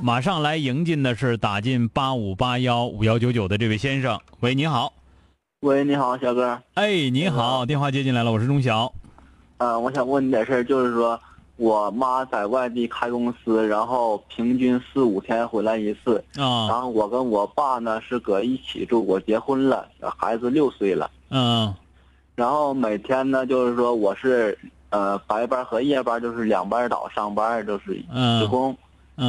马上来迎进的是打进八五八幺五幺九九的这位先生。喂，您好。喂，你好，小哥。哎，你好，电话接进来了，我是钟晓。呃，我想问你点事儿，就是说我妈在外地开公司，然后平均四五天回来一次。然啊，后我跟我爸呢是搁一起住，我结婚了，小孩子六岁了。嗯然后每天呢，就是说我是呃白班和夜班，就是两班倒上班，就是职工。嗯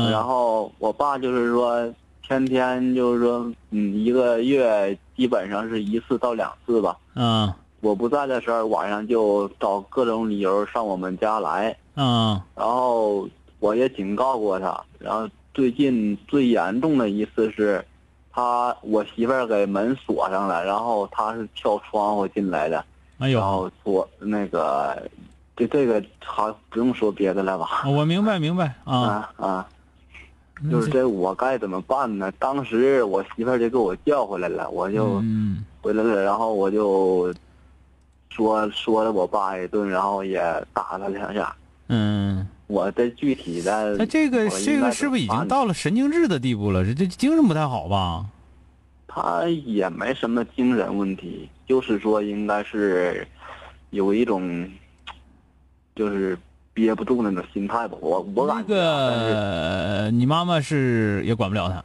然后我爸就是说天天就是说，嗯，一个月基本上是一次到两次吧。嗯我不在的时候，晚上就找各种理由上我们家来，嗯然后我也警告过他。然后最近最严重的一次是，他我媳妇儿给门锁上了，然后他是跳窗户进来的，哎然后说那个，这这个还不用说别的了吧？哦我明白明白啊啊，嗯就是这我该怎么办呢？当时我媳妇儿就给我叫回来了，我就。嗯回来了，然后我就说说了我爸一顿，然后也打他两下。嗯，我这具体的，那哎这个呃我应该这个是不是已怎么经办到了神经质的地步了？这这精神不太好吧？他也没什么精神问题，就是说应该是有一种就是憋不住那种心态吧。我我那感觉啊、但是个你妈妈是也管不了他。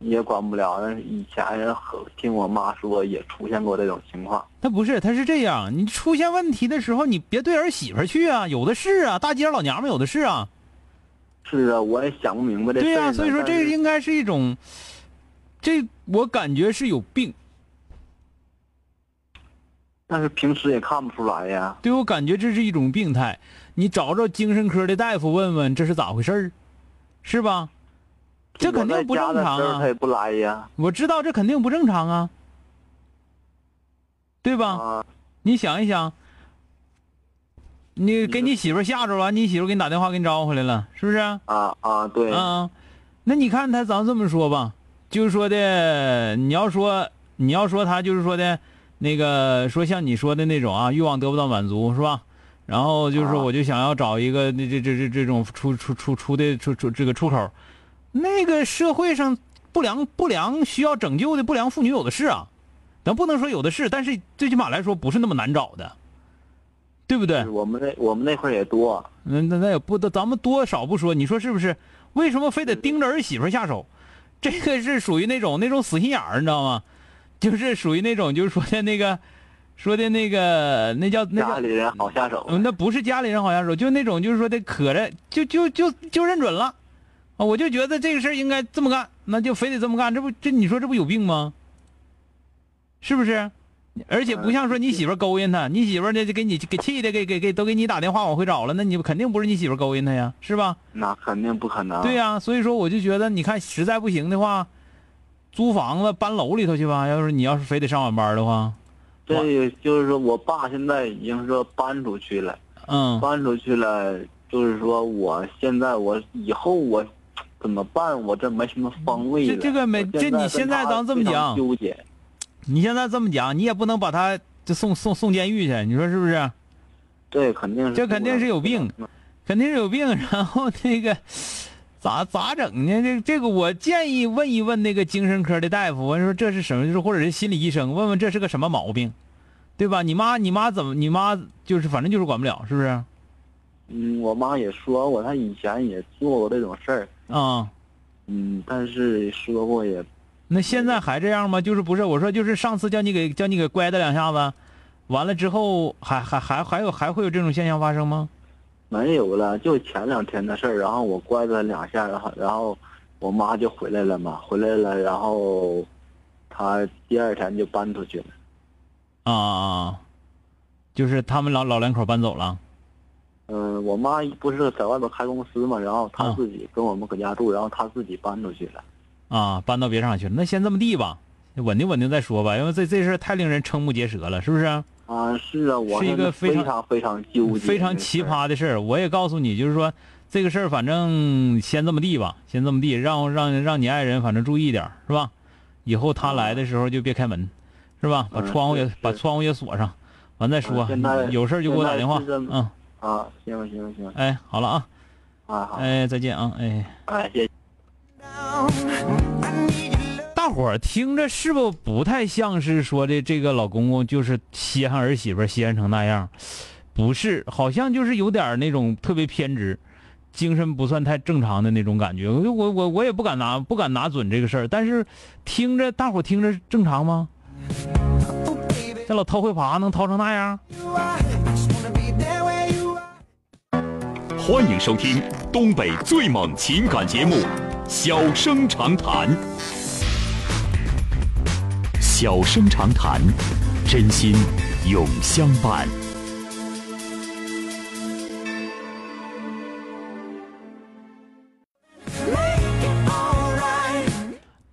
也管不了。但是以前和听我妈说也出现过这种情况。他不是，他是这样，你出现问题的时候，你别对儿媳妇儿去啊，有的是啊，大街上老娘们有的是啊。是啊，我也想不明白这事对儿呢。呀、所以说但这是应该是一种，这我感觉是有病。但是平时也看不出来呀。对我感觉这是一种病态，你找找精神科的大夫问问这是咋回事儿，是吧？这肯定不正我在家常的时候啊他！也不来呀。我知道这肯定不正常啊，对吧？啊，你想一想，你给你你媳妇儿吓着了，你媳妇儿给你打电话给你招回来了，是不是？啊，啊啊，对，那你看他，咱这么说吧，就是说的，你要说你要说他就是说的，那个说像你说的那种啊，欲望得不到满足是吧？然后就是说啊我就想要找一个那这这这这种出出出出的出出这个出口，那个社会上不良不良需要拯救的不良妇女有的是啊，咱不能说有的是，但是最起码来说不是那么难找的，对不对？是我们那我们那块儿也多，那那那也不，咱们多少不说，你说是不是？为什么非得盯着儿媳妇下手？这个是属于那种那种死心眼儿，你知道吗？就是属于那种，就是说的那个，说的那个，那叫那家叫，里人好下手。嗯那不是家里人好下手，就那种就是说的可着，就就就就认准了，啊，我就觉得这个事儿应该这么干，那就非得这么干，这不这你说这不有病吗？是不是？而且不像说你媳妇儿勾引他，你媳妇儿那就给你给气的，给给给都给你打电话往回找了，那你肯定不是你媳妇儿勾引他呀，是吧？那肯定不可能。对、呀、所以说我就觉得，你看实在不行的话，租房子搬楼里头去吧。要是你要是非得上晚班的话，这就是说我爸现在已经说搬出去了，嗯搬出去了，就是说我现在我以后我怎么办？我这没什么方位嗯了。这这个没我这你现现在跟他咱这么非常讲纠结。你现在这么讲，你也不能把他就送送送监狱去，你说是不是？对，肯定是这肯定是有病，肯定是有病。然后那个咋咋整呢？这这个我建议问一问那个精神科的大夫，我说这是什么，就是或者是心理医生，问问这是个什么毛病，对吧？你妈你妈怎么你妈就是反正就是管不了，是不是？啊、嗯，我妈也说我，她以前也做过这种事儿，嗯，但是说过也啊那现在还这样吗？就是不是我说就是上次叫你给叫你给乖的两下子，完了之后还还还还有还会有这种现象发生吗？没有了，就前两天的事儿。然后我乖了两下，然后然后我妈就回来了嘛，回来了，然后她第二天就搬出去了。啊啊啊！就是他们老老两口搬走了。嗯、我妈不是在外边开公司嘛，然后她自己跟我们搁家住，然后她自己搬出去了。啊，搬到别上去了。那先这么地吧，稳定稳定再说吧，因为这这事儿太令人瞠目结舌了，是不是？啊，是啊，我是一个非非常非常纠结、非常奇葩的事儿。我也告诉你，就是说这个事儿，反正先这么地吧，先这么地，让让让你爱人反正注意点儿，是吧？以后他来的时候就别开门，是吧？把嗯窗户也、是是把窗户也锁上，完再说。嗯现在有事儿就给我打电话。现在是这么嗯，啊。行了行了行了，哎，好了啊，啊好，哎，再见啊，哎。哎谢谢。大伙儿听着是不不太像是说的这个老公公就是稀罕儿媳妇儿稀罕成那样，不是，好像就是有点儿那种特别偏执，精神不算太正常的那种感觉。我我我我也不敢拿不敢拿准这个事儿，但是听着大伙儿听着正常吗？这老掏会爬能掏成那样？欢迎收听东北最猛情感节目《小生长谈》。小生长谈，真心永相伴。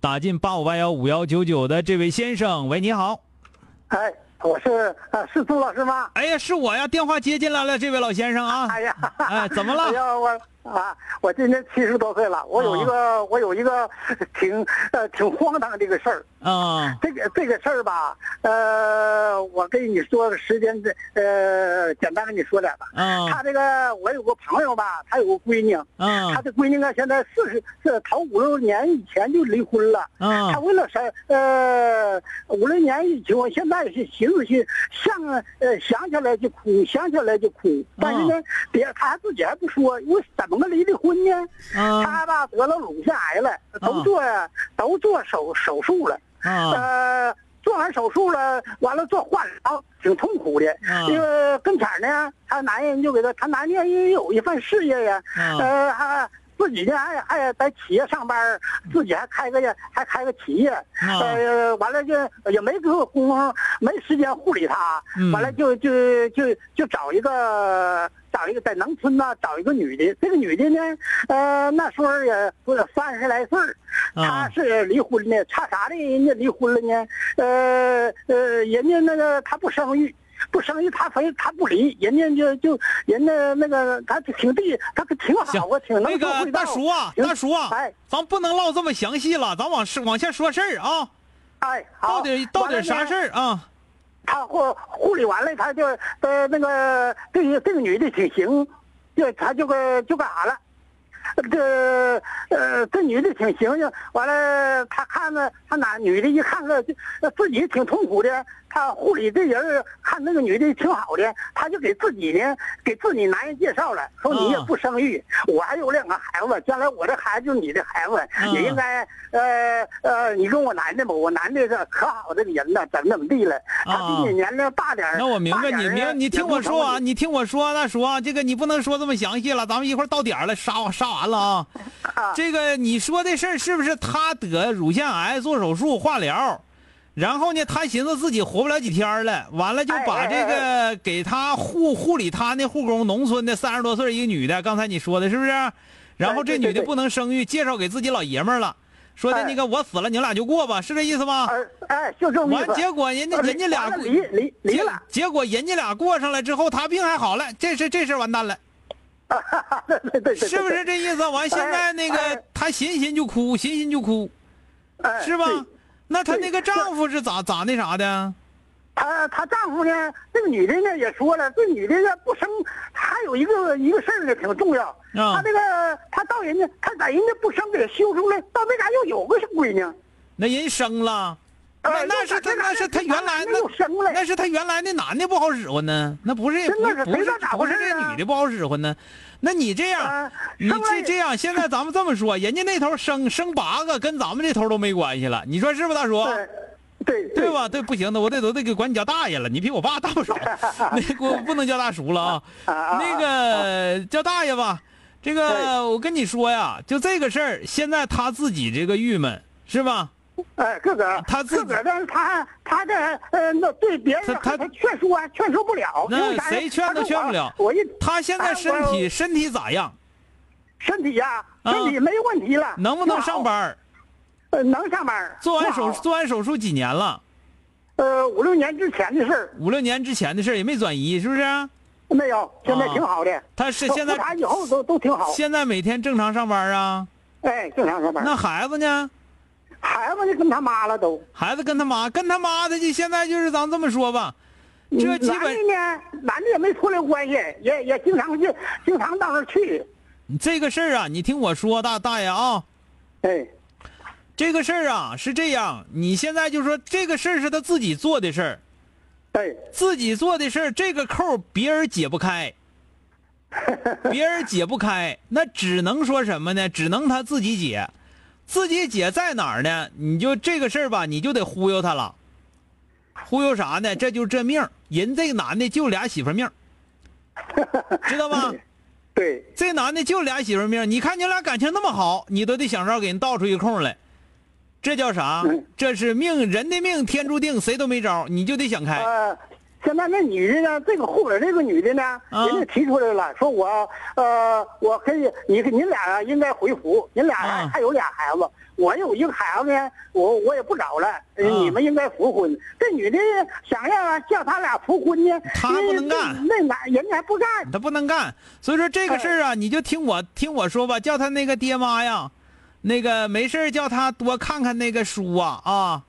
打进八五八幺五幺九九的这位先生，喂，你好。哎，我是呃，是朱老师吗？哎呀，是我呀，电话接进来了，这位老先生啊。哎呀，哎，怎么 哎了？呀，我啊，我今年七十多岁了，我有一个，啊我有一个挺呃挺荒唐的一个事儿。啊这个这个事儿吧，呃，我跟你说个时间，呃，简单跟你说两个。啊他这个，我有个朋友吧，他有个闺女，啊他的闺女啊，现在四十，是头五六年以前就离婚了。啊他！为了啥？呃，五六年以前，我现在是寻思寻，想呃想起来就哭，想起来就哭。但是呢，别他还自己还不说，因为怎么个离的婚呢？啊他吧得了乳腺癌了，都做、都做手手术了。啊呃，做完手术了，完了做化疗，挺痛苦的。啊这个跟前儿呢，他男人就给他，他男人也有一份事业呀，啊呃，还自己呢还还在企业上班儿，自己还开个还开个企业，啊呃，完了就也没个工夫，没时间护理他，嗯完了就就就就找一个。找一个在农村呐、找一个女的。这个女的呢，呃，那时候也不是三十来岁儿，啊他是离婚的，差啥的人家离婚了呢？呃呃，人家那个他不生育，不生育他非他不离，人家就就人家那个他挺地他挺好啊，挺那能说个会道。大叔啊，行大叔啊哎，咱不能唠这么详细了，咱往事往下说事儿啊。哎，好到底到底啥事？完了呢儿啊？他护护理完了，他就呃那个这个这个女的挺行，就他就个就干啥了。这呃，这女的挺行行，完了，他看着他哪女的一看看就呃自己挺痛苦的，他护理这人儿看那个女的挺好的，他就给自己呢给自己男人介绍了，说你也啊不生育，我还有两个孩子，将来我这孩子就是你的孩子，嗯也应该呃呃，你跟我男的吧，我男的是可好的人了，怎么怎么地了，他比你年龄大点儿啊那我明白你明，你听我说啊，，你听我说啊，大叔啊，这个你不能说这么详细了，咱们一会儿到点儿了，杀杀完了啊。 啊这个你说的事儿是不是他得乳腺癌做手术化疗，然后呢，他寻思自己活不了几天儿了，完了就哎把哎这个给他护护理他那护工，农村的三十多岁一个女的，刚才你说的是不是？然后对这对女对的对不能生育，介绍给自己老爷们儿了，说的哎那个我死了，你俩就过吧，是这意思吗？呃哎，就这么意完，思。结果人家人家俩完了过离离离结了。结果人家俩过上来之后，他病还好了，这事这事完蛋了，对对对，对是不是？这意思？完，现在那哎个哎她寻寻就哭，寻寻就哭，哎是吧对？那她对那个丈夫是咋咋那啥的？她她丈夫呢？这个女的呢也说了，这女的呢不生，还有一个一个事儿呢挺重要。啊她这个她到人家，她在人家不生给修出来，到那嘎又有个是闺女。那人生了，哎那那又是她咋那是她咋原来那又生那了那是她原来那男的不好使唤呢，那不是也真不的是不谁是知道咋不回是事这啊女的不好使唤呢，那你这样，啊你生这完这样，现在咱们这么说，人家那头生生八个，跟咱们这头都没关系了，你说是不是，大叔？对 对对？吧？对，不行的，我得都得给管你叫大爷了。你比我爸大不 少，那个我不能叫大叔了啊。啊 啊啊啊那个叫大爷吧。这对个我跟你说呀，就这个事儿，现在他自己这个郁闷是吧？哎，自个儿他自己个儿，但是他他这呃，那对别人他他劝说啊，劝说不了，因那为啥呀谁劝都他说劝不我了我一他现在身啊体我身体咋样？身体呀，啊身体没问题了，能不能挺好上班？儿？呃，能上班儿。做完手挺好做完手术几年了？呃，五六年之前的事儿五六年之前的事儿也没转移，是不是？没有，现在啊挺好的。他是现在啥以后都都挺好。现在每天正常上班啊？哎，正常上班。那孩子呢？孩子就跟他妈了都。孩子跟他妈跟他妈的，就现在就是咱这么说吧，这基本嗯男的呢，男的也没脱离关系，也也经常去，经常到那儿去。这个事儿啊，你听我说，大大爷啊，哎，这个事儿啊是这样，你现在就说这个事儿是他自己做的事儿，哎，自己做的事儿，这个扣儿别人解不开，别人解不开，那只能说什么呢？只能他自己解，自己解在哪儿呢？你就这个事儿吧，你就得忽悠他了，忽悠啥呢？这就是这命儿，人这个男的就俩媳妇儿命儿，知道吗？对，这男的就俩媳妇命，你看你俩感情那么好，你都得想招给人倒出一个空来，这叫啥嗯？这是命，人的命天注定，谁都没招，你就得想开。呃，现在那女的呢，这个后边这个女的呢，啊人家提出来了，说我呃，我可以，你你俩应该回府，你俩还啊还有俩孩子，我有一个孩子呢，我我也不找了，呃啊你们应该复婚。这女的想让叫他俩复婚呢，她人不能干那男人家还不干，他不能干，所以说这个事儿啊，你就听我听我说吧，叫他那个爹妈呀，那个没事儿叫他多看看那个书啊啊，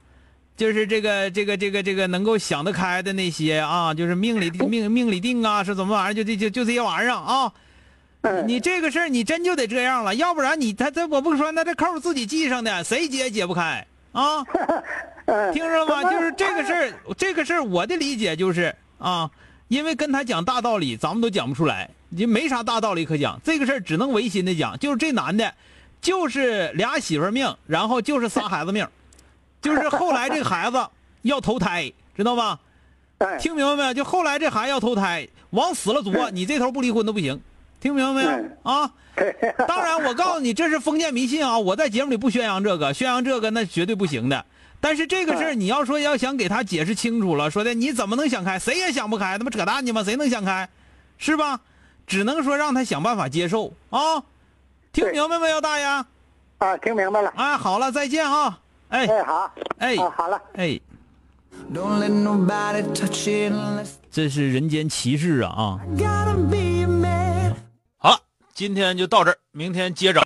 就是这个这个这个这个能够想得开的那些啊，就是命里命命里定啊，是怎么玩意儿，就这就就这些玩意儿啊。 嗯你这个事儿你真就得这样了，要不然你他这我不说，那这扣儿自己系上的，谁解也解不开啊。 嗯，听着了吗？怎么就是这个事儿， 这个事儿我的理解就是啊，因为跟他讲大道理，咱们都讲不出来，也没啥大道理可讲。这个事儿只能违心的讲，就是这男的，就是俩媳妇儿命，然后就是仨孩子命，就是后来这个孩子要投胎，知道吧？哎听明白没有？就后来这孩子要投胎，往死了作，你这头不离婚都不行，听明白没有嗯？啊！当然，我告诉你，这是封建迷信啊！我在节目里不宣扬这个，宣扬这个那绝对不行的。但是这个哎事儿，你要说要想给他解释清楚了，说的你怎么能想开？谁也想不开，他妈扯淡去吧，谁能想开？是吧？只能说让他想办法接受啊！听对明白没有，大爷？ 啊，听明白了，哎，好了，再见啊！哎哎，好，哎啊，好了。哎， Don't let nobody touch it unless 这是人间奇事啊啊！ gotta be a man. 好了，今天就到这儿，明天接着。